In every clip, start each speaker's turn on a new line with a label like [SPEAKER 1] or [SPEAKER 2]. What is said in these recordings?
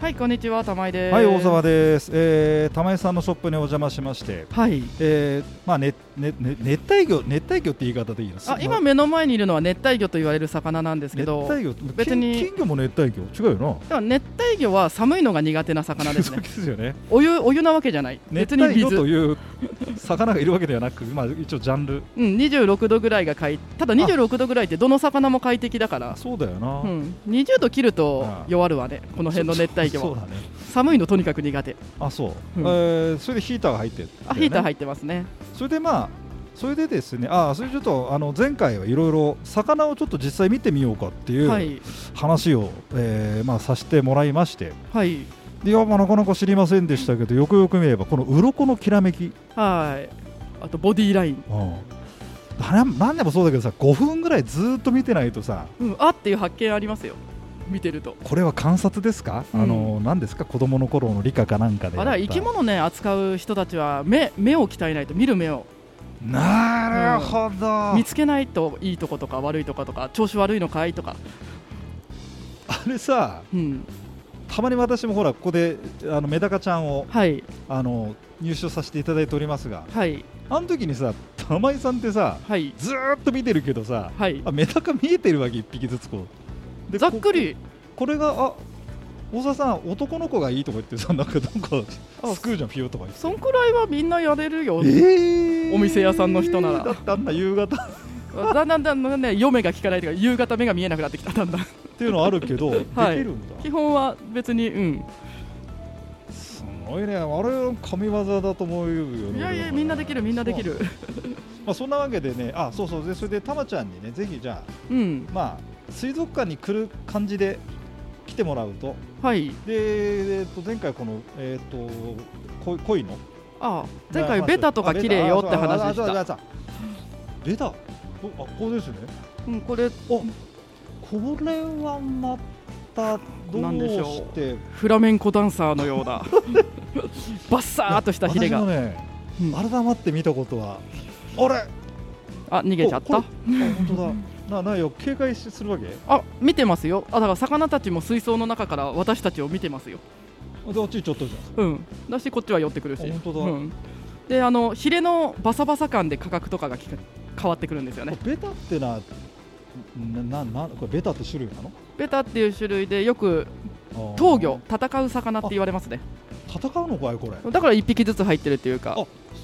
[SPEAKER 1] はいこんにちは玉井です
[SPEAKER 2] はい大沢です、えー、玉井さんのショップにお邪魔しまして、
[SPEAKER 1] はい
[SPEAKER 2] えーまあねねね、熱帯魚熱帯魚って言い方でいいです
[SPEAKER 1] あ今目の前にいるのは熱帯魚と言われる魚なんですけ
[SPEAKER 2] 熱
[SPEAKER 1] ど
[SPEAKER 2] 帯魚
[SPEAKER 1] 別
[SPEAKER 2] 別
[SPEAKER 1] に
[SPEAKER 2] に金魚も熱帯魚違うよ
[SPEAKER 1] でも熱帯魚は寒いのが苦手な
[SPEAKER 2] な
[SPEAKER 1] 魚です
[SPEAKER 2] そう
[SPEAKER 1] ね
[SPEAKER 2] ですよね
[SPEAKER 1] お湯お湯なわけじゃない別
[SPEAKER 2] 熱
[SPEAKER 1] に
[SPEAKER 2] 帯魚
[SPEAKER 1] 水
[SPEAKER 2] という魚がいるわけではなく、 まあ、一応ジャンル
[SPEAKER 1] うん、26度ぐらいが快ただ26度ぐらいってどの魚も快適だから、
[SPEAKER 2] そうだよな、
[SPEAKER 1] うん、20度切ると
[SPEAKER 2] ああ
[SPEAKER 1] 弱るわねこの辺の熱帯魚
[SPEAKER 2] そ
[SPEAKER 1] は
[SPEAKER 2] うだね
[SPEAKER 1] 寒いのとにかく苦手
[SPEAKER 2] あそう、
[SPEAKER 1] うん
[SPEAKER 2] えーそれでヒーターが入ってるんだよね、
[SPEAKER 1] あヒーター入ってますね
[SPEAKER 2] それでまあそれでですねあーそれでちょっとあの前回はいろいろ魚をちょっと実際見てみようかっていう、
[SPEAKER 1] はい
[SPEAKER 2] 話を、えーまあ、させてもらいまして
[SPEAKER 1] はい
[SPEAKER 2] いや、まあ、なかなか知りませんでしたけどよくよく見ればこの鱗のきらめき、
[SPEAKER 1] はいあとボディーライン、
[SPEAKER 2] うん、あれは何でもそうだけどさ5分ぐらいずっと見てないとさ
[SPEAKER 1] うん、あっていう発見ありますよ見てると
[SPEAKER 2] これは観察ですか、
[SPEAKER 1] うん
[SPEAKER 2] あの何ですか子供の頃の理科かなんかでや
[SPEAKER 1] あれ
[SPEAKER 2] った
[SPEAKER 1] は生き物ね扱う人たちは目目を鍛えないと見る目を
[SPEAKER 2] なるほど、あ
[SPEAKER 1] 見つけないといいとことか悪いとかとか調子悪いのかいとか、
[SPEAKER 2] れさ
[SPEAKER 1] うん、
[SPEAKER 2] たまに私もほらここであのメダカちゃんを
[SPEAKER 1] はい
[SPEAKER 2] あの入手させていただいておりますが
[SPEAKER 1] はい
[SPEAKER 2] あの時にさ玉井さんってさ
[SPEAKER 1] はい
[SPEAKER 2] ずーっと見てるけどさ
[SPEAKER 1] はい
[SPEAKER 2] あメダカ見えてるわけ一匹ずつこうで
[SPEAKER 1] ざっく
[SPEAKER 2] こ
[SPEAKER 1] り
[SPEAKER 2] これがあ大沢さん男の子がいいとか言ってさなんかなんか
[SPEAKER 1] あ
[SPEAKER 2] スクールじゃんピヨとか言
[SPEAKER 1] そんくらいはみんなやれるよ
[SPEAKER 2] ってえー
[SPEAKER 1] お店屋さんの人なら
[SPEAKER 2] だってあんな夕方っ
[SPEAKER 1] だんだんだんだんね、嫁が聞かないというか、夕方目が見えなくなってきた、だんだん。
[SPEAKER 2] ていうのあるけど、
[SPEAKER 1] はい
[SPEAKER 2] できるんだ
[SPEAKER 1] 基本は別に、うん。
[SPEAKER 2] すごいねあれは神業だと思うよね
[SPEAKER 1] いやいや、
[SPEAKER 2] 俺はね
[SPEAKER 1] みんなできる、みんなできる。
[SPEAKER 2] そうまあ、そんなわけでねあそうそうでそれでたまちゃんにねぜひじゃあ
[SPEAKER 1] うん。
[SPEAKER 2] まあ水族館に来る感じで来てもらうと
[SPEAKER 1] はい。
[SPEAKER 2] で、えっと前回この、えっとこ恋の
[SPEAKER 1] ああ、前回ベタとか綺麗よって話でした。
[SPEAKER 2] た。ベタあ、ここですね。
[SPEAKER 1] うん、これ、
[SPEAKER 2] これはまたど
[SPEAKER 1] なん
[SPEAKER 2] う
[SPEAKER 1] でしょう
[SPEAKER 2] して
[SPEAKER 1] フラメンコダンサーのよう な。バッサーっとしたヒレ
[SPEAKER 2] 私
[SPEAKER 1] が。
[SPEAKER 2] もね、
[SPEAKER 1] うん
[SPEAKER 2] 改まって見たことは、あれ
[SPEAKER 1] あ、逃げちゃっ
[SPEAKER 2] お
[SPEAKER 1] た
[SPEAKER 2] こ。れあ本当だ。なないよ警戒しするわけ？
[SPEAKER 1] あ、見てますよ。あ、だから魚たちも水槽の中から私たちを見てますよ。
[SPEAKER 2] であっちちょっとじ
[SPEAKER 1] うん。だし、こっちは寄ってくるし。
[SPEAKER 2] あ本当だ
[SPEAKER 1] うん。で、あの、ヒレのバサバサ感で価格とかがきか変わってくるんですよ
[SPEAKER 2] ゃん。
[SPEAKER 1] ね。
[SPEAKER 2] ベタってな。なななこれベタって種類なの
[SPEAKER 1] ベタっていう種類でよく
[SPEAKER 2] あー
[SPEAKER 1] 闘魚戦う魚って言われますね
[SPEAKER 2] 戦うのかいこれ
[SPEAKER 1] だから1匹ずつ入ってるっていう
[SPEAKER 2] あ
[SPEAKER 1] か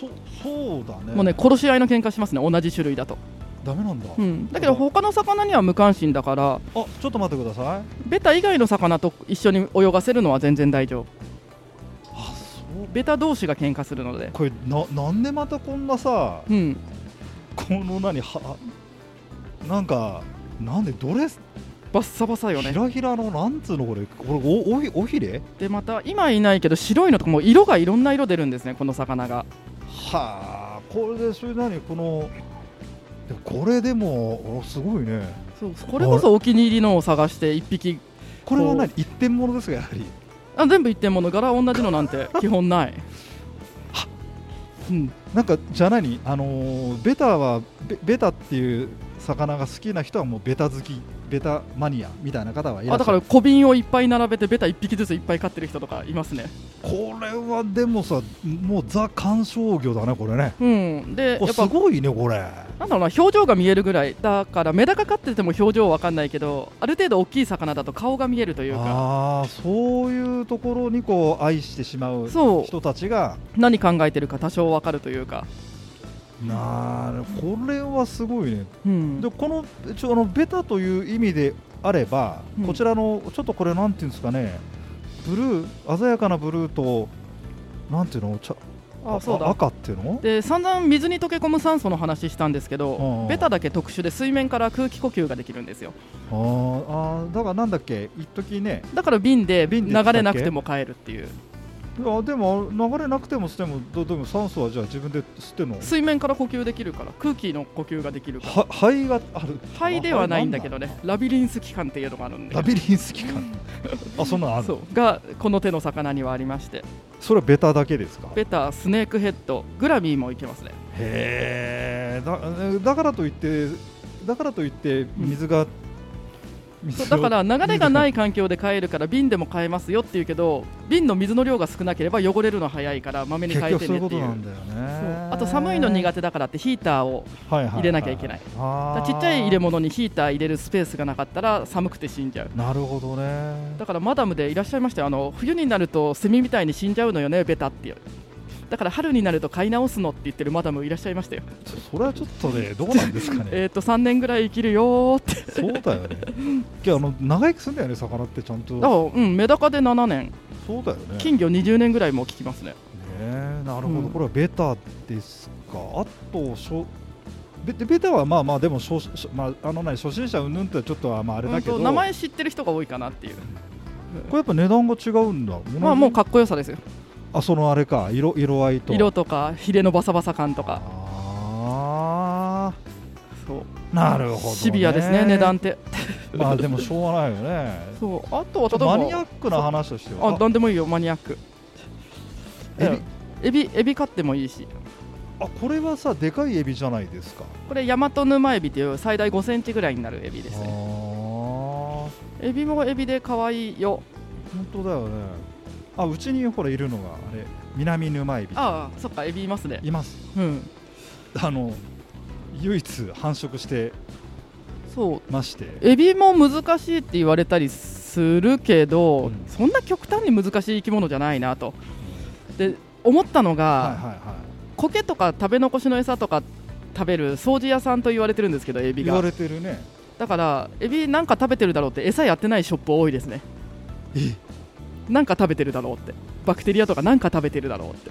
[SPEAKER 2] そそうだね
[SPEAKER 1] もうね殺し合いの喧嘩しますね同じ種類だと、
[SPEAKER 2] ダメなんだ、
[SPEAKER 1] うん、だけど他の魚には無関心だから
[SPEAKER 2] あちょっと待ってください
[SPEAKER 1] ベタ以外の魚と一緒に泳がせるのは全然大丈夫
[SPEAKER 2] あそう
[SPEAKER 1] ベタ同士が喧嘩するので
[SPEAKER 2] これななんでまたこんなさ
[SPEAKER 1] うん
[SPEAKER 2] この何はなんかなんでドレス、
[SPEAKER 1] バッサバサよ
[SPEAKER 2] ひ
[SPEAKER 1] ね
[SPEAKER 2] らひらのなんつうのこれこれおおひおひれ
[SPEAKER 1] でまた今いないけど白いのとかもう色がいろんな色出るんですねこの魚が
[SPEAKER 2] はあこれでそれ何このでもこれでもおすごいね
[SPEAKER 1] そうこれこそお気に入りのを探して1匹
[SPEAKER 2] これは
[SPEAKER 1] こ
[SPEAKER 2] 何一点物ですがやはり
[SPEAKER 1] あ全部一点物柄同じのなん て基本ないうん
[SPEAKER 2] なんかじゃあ何あのーベタはベベタっていう魚が好きな人はもうベタ好きベタマニアみたいな方はいら
[SPEAKER 1] あ
[SPEAKER 2] っし
[SPEAKER 1] だ
[SPEAKER 2] ゃ
[SPEAKER 1] か
[SPEAKER 2] る
[SPEAKER 1] ら小瓶をいっぱい並べてベタ1匹ずついっぱい飼ってる人とかいますね
[SPEAKER 2] これはでもさもうザ観賞魚だねこれね
[SPEAKER 1] うんで
[SPEAKER 2] お
[SPEAKER 1] やっ
[SPEAKER 2] す
[SPEAKER 1] ぱ
[SPEAKER 2] ごいねこれ
[SPEAKER 1] なんだろうな表情が見えるぐらいだからメダカ飼ってても表情わかんないけどある程度大きい魚だと顔が見えるというか
[SPEAKER 2] ああーそういうところにこう愛してしまう
[SPEAKER 1] そ
[SPEAKER 2] 人たちが
[SPEAKER 1] う何考えてるか多少わかるというか
[SPEAKER 2] なるこれはすごいね
[SPEAKER 1] うん
[SPEAKER 2] でこのちょあのベタという意味であれば、
[SPEAKER 1] うん
[SPEAKER 2] こちらのちょっとこれなんていうんですかねブルー鮮やかなブルーとなんていうのちゃ
[SPEAKER 1] あそう
[SPEAKER 2] あ
[SPEAKER 1] だ
[SPEAKER 2] 赤っていうの
[SPEAKER 1] で散々水に溶け込む酸素の話したんですけ
[SPEAKER 2] うんう
[SPEAKER 1] ど
[SPEAKER 2] ん
[SPEAKER 1] ベタだけ特殊で水面から空気呼吸ができるんですよ
[SPEAKER 2] あーあーだからなんだっけ一時ね
[SPEAKER 1] だから瓶で
[SPEAKER 2] 瓶
[SPEAKER 1] 流
[SPEAKER 2] でしたっけ
[SPEAKER 1] れなくても飼えるっていう
[SPEAKER 2] あでも流れなくてもしてもどでも酸素はじゃあ自分で吸ってんの
[SPEAKER 1] 水面から呼吸できるから空気の呼吸ができるから
[SPEAKER 2] は肺がある
[SPEAKER 1] 肺ではないんだけど
[SPEAKER 2] ね
[SPEAKER 1] ねラビリンス器官っていうのがあるんで
[SPEAKER 2] ラビリンス機関あそんなのある
[SPEAKER 1] そ
[SPEAKER 2] そう
[SPEAKER 1] がこの手の魚にはありまして
[SPEAKER 2] れはベタだけですか
[SPEAKER 1] ベタスネークヘッドグラミーもいけますね
[SPEAKER 2] へえだだからといってだからといって水が
[SPEAKER 1] そうだから流れがない環境で飼えるから瓶でも飼えますよっていうけど瓶の水の量が少なければ汚れるの早いからまめに
[SPEAKER 2] 結
[SPEAKER 1] 飼え
[SPEAKER 2] 局
[SPEAKER 1] て
[SPEAKER 2] そうい
[SPEAKER 1] ねっ
[SPEAKER 2] うこ
[SPEAKER 1] て
[SPEAKER 2] と
[SPEAKER 1] いう
[SPEAKER 2] なんだよね
[SPEAKER 1] そうあと寒いの苦手だからってヒーターを入れなきゃいけないだからちっちゃい入れ
[SPEAKER 2] も
[SPEAKER 1] 物にヒーター入れるスペースがなかったら寒くて死んじゃう
[SPEAKER 2] なるほどね
[SPEAKER 1] だからマダムでいらっしゃいましたよあの冬になるとセミみたいに死んじゃうのよねベタっていうだから春になると飼い直すのって言ってるマダムいらっしゃいましたよ
[SPEAKER 2] そそれはちょっとねどうなんですかね
[SPEAKER 1] えっ、と3年ぐらい生きるよーって
[SPEAKER 2] そうだよねいやあの長生きするんだよね魚ってちゃん
[SPEAKER 1] だから
[SPEAKER 2] と
[SPEAKER 1] うんメダカで7年
[SPEAKER 2] そうだよね
[SPEAKER 1] 金魚20年ぐらいも聞きますね
[SPEAKER 2] ねなるほど、
[SPEAKER 1] うん
[SPEAKER 2] これはベタですか、あとしょベでベタはまあまあ、でも初,、まあ、あのね初心者うんぬんってちょっとはまああれだけ
[SPEAKER 1] う
[SPEAKER 2] ど、
[SPEAKER 1] んと名前知ってる人が多いかなっていう
[SPEAKER 2] これやっぱ値段が違うんだ、
[SPEAKER 1] まあもうか
[SPEAKER 2] か
[SPEAKER 1] っこよさですよ
[SPEAKER 2] あそのあれか、色色合いと。
[SPEAKER 1] 色とかヒレのバサバサ感とか
[SPEAKER 2] あ
[SPEAKER 1] そう
[SPEAKER 2] ーなるほど、ね、
[SPEAKER 1] シビアですね値段っ、て
[SPEAKER 2] まあでもしょうがないよ ね、
[SPEAKER 1] そうあとは例
[SPEAKER 2] ちょっ
[SPEAKER 1] え
[SPEAKER 2] と
[SPEAKER 1] ば
[SPEAKER 2] マニアックな話として
[SPEAKER 1] あ
[SPEAKER 2] は、
[SPEAKER 1] なんでもいいよマニアック
[SPEAKER 2] エビ
[SPEAKER 1] エビエビ飼ってもいいし
[SPEAKER 2] あこれはさ、でかいエビじゃないですか、
[SPEAKER 1] これヤマトヌマエビという最大5センチぐらいになるエビですね
[SPEAKER 2] あー
[SPEAKER 1] エビもエビで可愛いよ
[SPEAKER 2] 本当だよねあうちにほらいるのがあれ南沼エビ
[SPEAKER 1] ああそっかエビいますね
[SPEAKER 2] います
[SPEAKER 1] うん
[SPEAKER 2] あの唯一繁殖して
[SPEAKER 1] そう
[SPEAKER 2] まして
[SPEAKER 1] エビも難しいって言われたりするけど、
[SPEAKER 2] うん
[SPEAKER 1] そんな極端に難しい生き物じゃないなとで思ったのが、
[SPEAKER 2] はいはいはい
[SPEAKER 1] 苔とか食べ残しの餌とか食べる掃除屋さんと言われてるんですけどエビ
[SPEAKER 2] 言わ
[SPEAKER 1] が
[SPEAKER 2] れてるね
[SPEAKER 1] だからエビなんか食べてるだろうって餌やってないショップ多いですね
[SPEAKER 2] え
[SPEAKER 1] なんか食べてるだろうってバクテリアとかなんか食べてるだろうって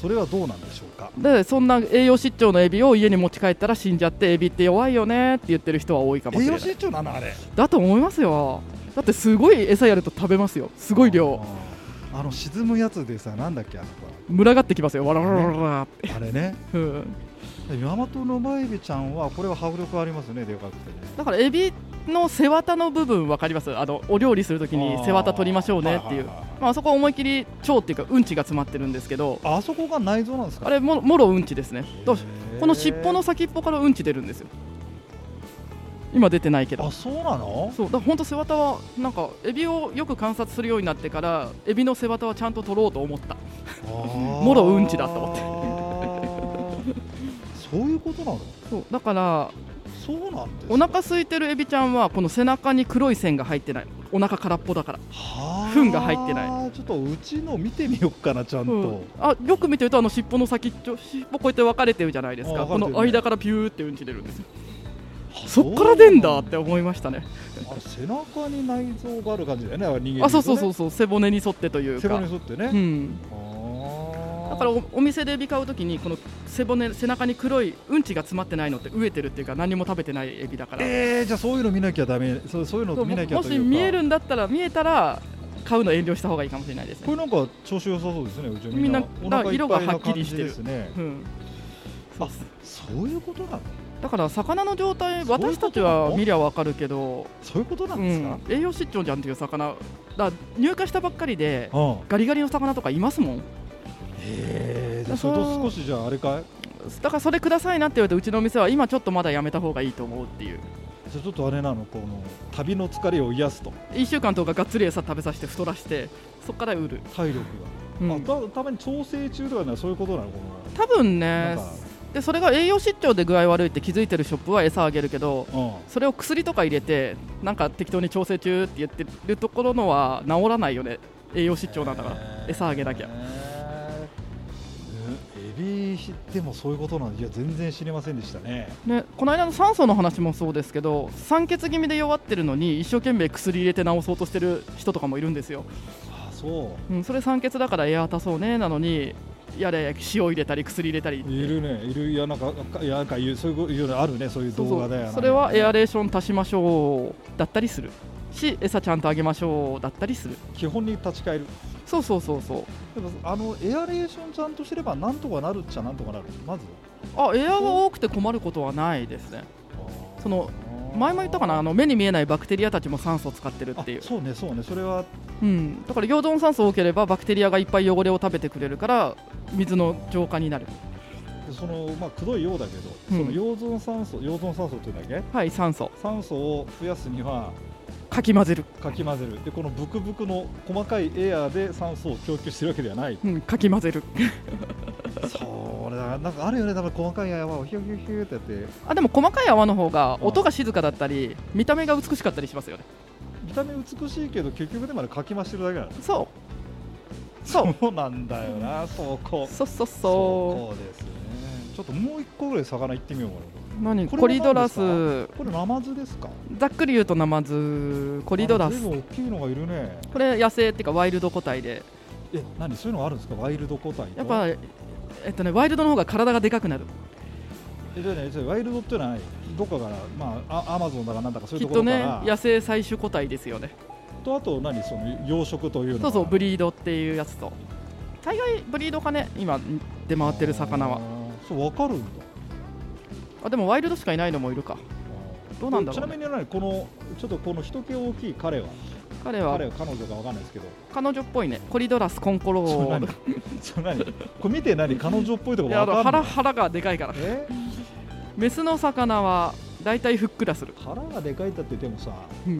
[SPEAKER 2] それはどうなんでしょうか
[SPEAKER 1] でそんな栄養失調のエビを家に持ち帰ったら死んじゃってエビって弱いよねって言ってる人は多いかも
[SPEAKER 2] 栄
[SPEAKER 1] しれな
[SPEAKER 2] 養
[SPEAKER 1] い
[SPEAKER 2] 失調なのあれす
[SPEAKER 1] だと思いますよだってすごい餌やると食べますよすごい量
[SPEAKER 2] あの沈むやつでさなんだっけあの子
[SPEAKER 1] 群がってきますよわらわらわらわらって
[SPEAKER 2] あれね
[SPEAKER 1] うん
[SPEAKER 2] ヤマトノマエビちゃんはこれは迫力ありますねでかくてね
[SPEAKER 1] だからエビの背わたの部分わかりますあのお料理するときに背わた取りましょうねっていう
[SPEAKER 2] あーはいはいはいはい
[SPEAKER 1] まああそこは思いっきり腸っていうかうんちが詰まってるんですけど
[SPEAKER 2] ああそこが内臓なんですか
[SPEAKER 1] あれももろうんちですねどうし
[SPEAKER 2] へー
[SPEAKER 1] この尻尾の先っぽからうんち出るんですよ今出てないけど
[SPEAKER 2] あそうなの
[SPEAKER 1] そうだから本当背わたはなんかエビをよく観察するようになってからエビの背わたはちゃんと取ろうと思った
[SPEAKER 2] も
[SPEAKER 1] もろうんちだと
[SPEAKER 2] 思って そういうことなの
[SPEAKER 1] そうだから
[SPEAKER 2] そうなんですか
[SPEAKER 1] お腹空いてるエビちゃんはこの背中に黒い線が入ってないお腹空っぽだから、
[SPEAKER 2] はあ
[SPEAKER 1] 糞が入ってな
[SPEAKER 2] ちょっとうちの見てみようかなちゃんと、
[SPEAKER 1] うんあよく見てるとあの尻尾の先っちょ尻尾こうやって分かれてるじゃないです
[SPEAKER 2] あ
[SPEAKER 1] か
[SPEAKER 2] 分かれ
[SPEAKER 1] こ
[SPEAKER 2] てるね
[SPEAKER 1] の間からピューってうんち出るんですよ
[SPEAKER 2] あ
[SPEAKER 1] そっから出んだっ
[SPEAKER 2] そう
[SPEAKER 1] て思いましたね
[SPEAKER 2] なんだあ背中に内臓がある感じだよねあれ人間
[SPEAKER 1] あそうそうそううそう背骨に沿ってという
[SPEAKER 2] 背
[SPEAKER 1] か
[SPEAKER 2] 骨に沿って
[SPEAKER 1] う
[SPEAKER 2] ね、
[SPEAKER 1] ん
[SPEAKER 2] ああ
[SPEAKER 1] だからおお店でエビ買うときにこの背骨背中に黒いうんちが詰まってないのって飢えてるっていうか何も食べてないエビだから
[SPEAKER 2] えー、じゃあそういうの見なきゃダメそうそういうの
[SPEAKER 1] そう
[SPEAKER 2] 見
[SPEAKER 1] も
[SPEAKER 2] なきゃ
[SPEAKER 1] も
[SPEAKER 2] という
[SPEAKER 1] し
[SPEAKER 2] か
[SPEAKER 1] 見えるんだったら見えたら買うの遠慮した方がいいかもしれないです
[SPEAKER 2] こ
[SPEAKER 1] ね、
[SPEAKER 2] れなんか調子良さそうですねうちのみんな
[SPEAKER 1] みんな
[SPEAKER 2] お腹いっぱいな
[SPEAKER 1] 色がはっきりしてる
[SPEAKER 2] 感じですね
[SPEAKER 1] うん、そう
[SPEAKER 2] あそういうことなの
[SPEAKER 1] だから魚の状態
[SPEAKER 2] そういうことなの
[SPEAKER 1] 私たちは見りゃわかるけど
[SPEAKER 2] そういうことなん
[SPEAKER 1] う
[SPEAKER 2] ですか
[SPEAKER 1] ん、栄養失調じゃんっていう魚だから入荷したばっかりで
[SPEAKER 2] うん、
[SPEAKER 1] ガリガリの魚とかいますもん
[SPEAKER 2] へえじゃあそ
[SPEAKER 1] そ
[SPEAKER 2] れ
[SPEAKER 1] う
[SPEAKER 2] と少しじゃああれかい
[SPEAKER 1] だからそれくださいなって言われてうちのお店は今ちょっとまだやめた方がいいと思うっていう
[SPEAKER 2] じゃあちょっとあれなのこの旅の疲れを癒すと
[SPEAKER 1] 1週間とかがっつり餌食べさせて太らしてそこから売る、
[SPEAKER 2] 体力
[SPEAKER 1] う
[SPEAKER 2] が、
[SPEAKER 1] ん
[SPEAKER 2] あたたまに調整中とかねそういうことなのこの
[SPEAKER 1] 多分
[SPEAKER 2] な
[SPEAKER 1] ね
[SPEAKER 2] んか、
[SPEAKER 1] でそれが栄養失調で具合悪いって気づいてるショップは餌あげるけど
[SPEAKER 2] うん、
[SPEAKER 1] それを薬とか入れてなんか適当に調整中って言ってるところのは治らないよね栄養失調なんだから餌あげなきゃ
[SPEAKER 2] へーねエビでもそういうことなんいや全然知りませんでしたね
[SPEAKER 1] ね、この間の酸素の話もそうですけど酸欠気味で弱ってるのに一生懸命薬入れて治そうとしてる人とかもいるんですよ、
[SPEAKER 2] あそ
[SPEAKER 1] うん、それ酸欠だからエア足そうねなのにやれ塩入れたり薬入れたり
[SPEAKER 2] ういるねいるいやなんかかいやなんかいうそういうのあるねそういう動画だよ
[SPEAKER 1] それはエア
[SPEAKER 2] で
[SPEAKER 1] レーション足しましょうだったりするし餌ちゃんとあげましょうだったりする
[SPEAKER 2] 基本に立ち返る
[SPEAKER 1] そうそうそうそう
[SPEAKER 2] でもあのエアレーションちゃんとしてればなんとかなるっちゃなんとかなるまず
[SPEAKER 1] あエアが多くて困ることはないですねその前も言ったかなあの目に見えないバクテリアたちも酸素を使ってるっていう
[SPEAKER 2] あそうねそうねそれは
[SPEAKER 1] うん、だから溶存酸素を多ければバクテリアがいっぱい汚れを食べてくれるから水の浄化になる
[SPEAKER 2] そのまあくどいようだけど、
[SPEAKER 1] うん
[SPEAKER 2] その溶存酸素溶存酸素っていうんだっけ
[SPEAKER 1] はい酸素
[SPEAKER 2] 酸素を増やすには
[SPEAKER 1] かき混ぜる、
[SPEAKER 2] かき混ぜるでこのブクブクの細かいエアーで酸素を供給してるわけではない
[SPEAKER 1] うん、かき混ぜる
[SPEAKER 2] それだなんかあるよね多分細かいエアーをヒューヒューヒューってやって
[SPEAKER 1] あでも細かい泡の方が
[SPEAKER 2] うん
[SPEAKER 1] 音が静かだったり見た目が美しかったりしますよね
[SPEAKER 2] 見た目美しいけど結局でもあれかき回してるだけなの
[SPEAKER 1] そうそう
[SPEAKER 2] そうなんだよなそこ
[SPEAKER 1] そうそうそ
[SPEAKER 2] こですねちょっともう一個ぐらい魚行ってみようか
[SPEAKER 1] う何
[SPEAKER 2] これ
[SPEAKER 1] コ
[SPEAKER 2] は
[SPEAKER 1] リドラ
[SPEAKER 2] 何
[SPEAKER 1] ス
[SPEAKER 2] なこれナマズですか
[SPEAKER 1] ざっくり言うとナマズコリドラ
[SPEAKER 2] あ
[SPEAKER 1] ス
[SPEAKER 2] 随分大きいのがいるね
[SPEAKER 1] これ野生っていうかワイルド個体で
[SPEAKER 2] え何そういうのがあるんですかワイルド個体と
[SPEAKER 1] やっぱえっとねワイルドの方が体がでかくなる
[SPEAKER 2] えじゃあねそれワイルドっていうのはどこかからまああアマゾンだかなんだかそうい
[SPEAKER 1] き
[SPEAKER 2] う
[SPEAKER 1] っ
[SPEAKER 2] とことろか
[SPEAKER 1] ね
[SPEAKER 2] ら
[SPEAKER 1] 野生採取個体ですよね
[SPEAKER 2] とあと何その養殖というの
[SPEAKER 1] そ
[SPEAKER 2] は
[SPEAKER 1] うそうブリードっていうやつと大概ブリードかね今出回ってる魚
[SPEAKER 2] あ
[SPEAKER 1] は
[SPEAKER 2] ーそうわかるんだ
[SPEAKER 1] あでもワイルドしかいないのもいるかどうなんだろうね
[SPEAKER 2] ちなみに何このちょっとこの人気大きい彼は
[SPEAKER 1] 彼は
[SPEAKER 2] 彼は彼女かわかんないですけど
[SPEAKER 1] 彼女っぽいねコリドラスコンコロ
[SPEAKER 2] それ
[SPEAKER 1] ー
[SPEAKER 2] 何それ何これ見て何彼女っぽいと
[SPEAKER 1] い
[SPEAKER 2] こ
[SPEAKER 1] や
[SPEAKER 2] わ
[SPEAKER 1] あの
[SPEAKER 2] かんな
[SPEAKER 1] 腹
[SPEAKER 2] い
[SPEAKER 1] 腹がでかいから
[SPEAKER 2] え
[SPEAKER 1] メスの魚はだいたいふっくらする、
[SPEAKER 2] 腹がでかいったってでもさ
[SPEAKER 1] うん、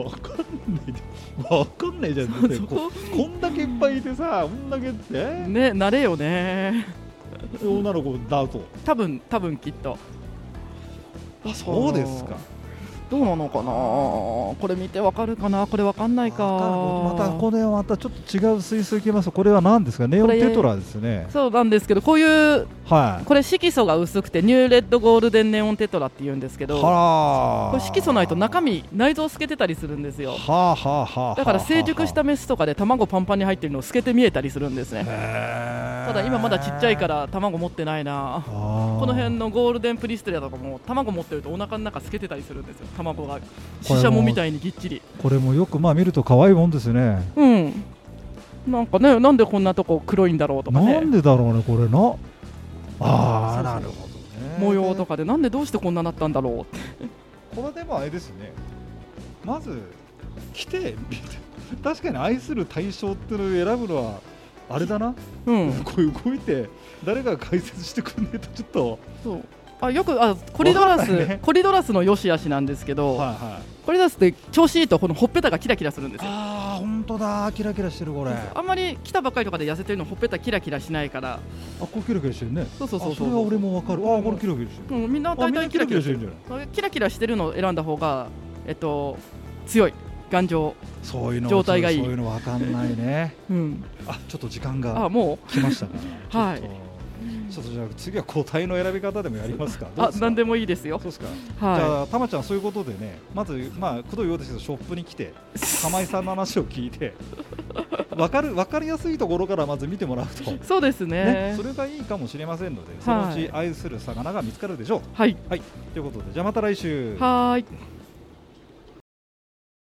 [SPEAKER 2] わかんないじゃんわかんないじゃんだって
[SPEAKER 1] そ
[SPEAKER 2] こ
[SPEAKER 1] こ
[SPEAKER 2] こんだけいっぱいいてさこんだけって、
[SPEAKER 1] ね慣れよね
[SPEAKER 2] 女の子だと
[SPEAKER 1] 多分多分きっと
[SPEAKER 2] あ
[SPEAKER 1] そうですかどうなのかなこれ見てわかるかなこれわかんないか
[SPEAKER 2] またここでまたちょっと違う水槽行きますこれは何ですかネオン
[SPEAKER 1] これ
[SPEAKER 2] テトラですね
[SPEAKER 1] そうなんですけどこういう
[SPEAKER 2] はい
[SPEAKER 1] これ色素が薄くてニューレッドゴールデンネオンテトラって言うんですけどこ
[SPEAKER 2] はあ
[SPEAKER 1] れ色素ないと中身内臓透けてたりするんですよ
[SPEAKER 2] はあはあはあはあ
[SPEAKER 1] だから成熟したメスとかで卵パンパンに入ってるの透けて見えたりするんですねた
[SPEAKER 2] た
[SPEAKER 1] だ今まだちっちゃいから卵持ってないなこ
[SPEAKER 2] こ
[SPEAKER 1] の辺のゴールデンプリステリアとかも卵持ってるとお腹の中透けてたりするんですよ卵がシシャモみたいにぎっちり
[SPEAKER 2] これもよくまあ見ると可愛いもんですね
[SPEAKER 1] うんなんかねなんでこんなとこ黒いんだろうとか
[SPEAKER 2] な
[SPEAKER 1] ね
[SPEAKER 2] んでだろうねこれなああな
[SPEAKER 1] そう
[SPEAKER 2] る
[SPEAKER 1] そう
[SPEAKER 2] ほどね
[SPEAKER 1] 模様とかでなんでどうしてこんななったんだろうって
[SPEAKER 2] これでもあれですねまず来て確かに愛する対象っていうのを選ぶのはあれだな、
[SPEAKER 1] うん
[SPEAKER 2] こういう動いて誰かが解説してくんねえとちょっと
[SPEAKER 1] そうあよくあコリドラ
[SPEAKER 2] わ
[SPEAKER 1] ス、
[SPEAKER 2] かんないね
[SPEAKER 1] コリドラスの良し悪しなんですけど、
[SPEAKER 2] はいはい
[SPEAKER 1] コリドラスって調子いいとこのほっぺたがキラキラするんですよ
[SPEAKER 2] ああ本当だキラキラしてるこれあ
[SPEAKER 1] あんまり来たばっかりとかで痩せてるのほっぺたキラキラしないから
[SPEAKER 2] こうキラキラしてるね
[SPEAKER 1] そうそうそう
[SPEAKER 2] あそれは俺もわかるああこれキラキラしてる
[SPEAKER 1] うんみんな
[SPEAKER 2] あ
[SPEAKER 1] 大
[SPEAKER 2] みんな
[SPEAKER 1] 体
[SPEAKER 2] キ
[SPEAKER 1] キ
[SPEAKER 2] ラ
[SPEAKER 1] ラ
[SPEAKER 2] キ
[SPEAKER 1] キ
[SPEAKER 2] ラ
[SPEAKER 1] ラして
[SPEAKER 2] し
[SPEAKER 1] てる
[SPEAKER 2] るんじゃない
[SPEAKER 1] キラキラしてるのを選んだ方がえっと強い頑丈
[SPEAKER 2] そういうの
[SPEAKER 1] 状態がいい
[SPEAKER 2] そういうのわかんない ね
[SPEAKER 1] うん
[SPEAKER 2] あちょっと時間
[SPEAKER 1] あ
[SPEAKER 2] が
[SPEAKER 1] も
[SPEAKER 2] 来ましたね
[SPEAKER 1] はい
[SPEAKER 2] ちょっとちょっとじゃあ次は個体の選び方でもやりますか
[SPEAKER 1] うあ何で
[SPEAKER 2] も
[SPEAKER 1] もいいですよ
[SPEAKER 2] そうですかじ
[SPEAKER 1] は
[SPEAKER 2] ゃあ、たまちゃん、そういうことでね、まず、まあ、工藤洋ですけど、ショップに 来て、玉井さんの話を聞いて、わかる、わかりやすいところからまず見てもらうと、
[SPEAKER 1] いそうですね
[SPEAKER 2] ね、それがいいかもしれませんので、そのうち愛する魚が見つかるでしょう。
[SPEAKER 1] はい
[SPEAKER 2] ということで、じゃあまた来週。
[SPEAKER 1] はーい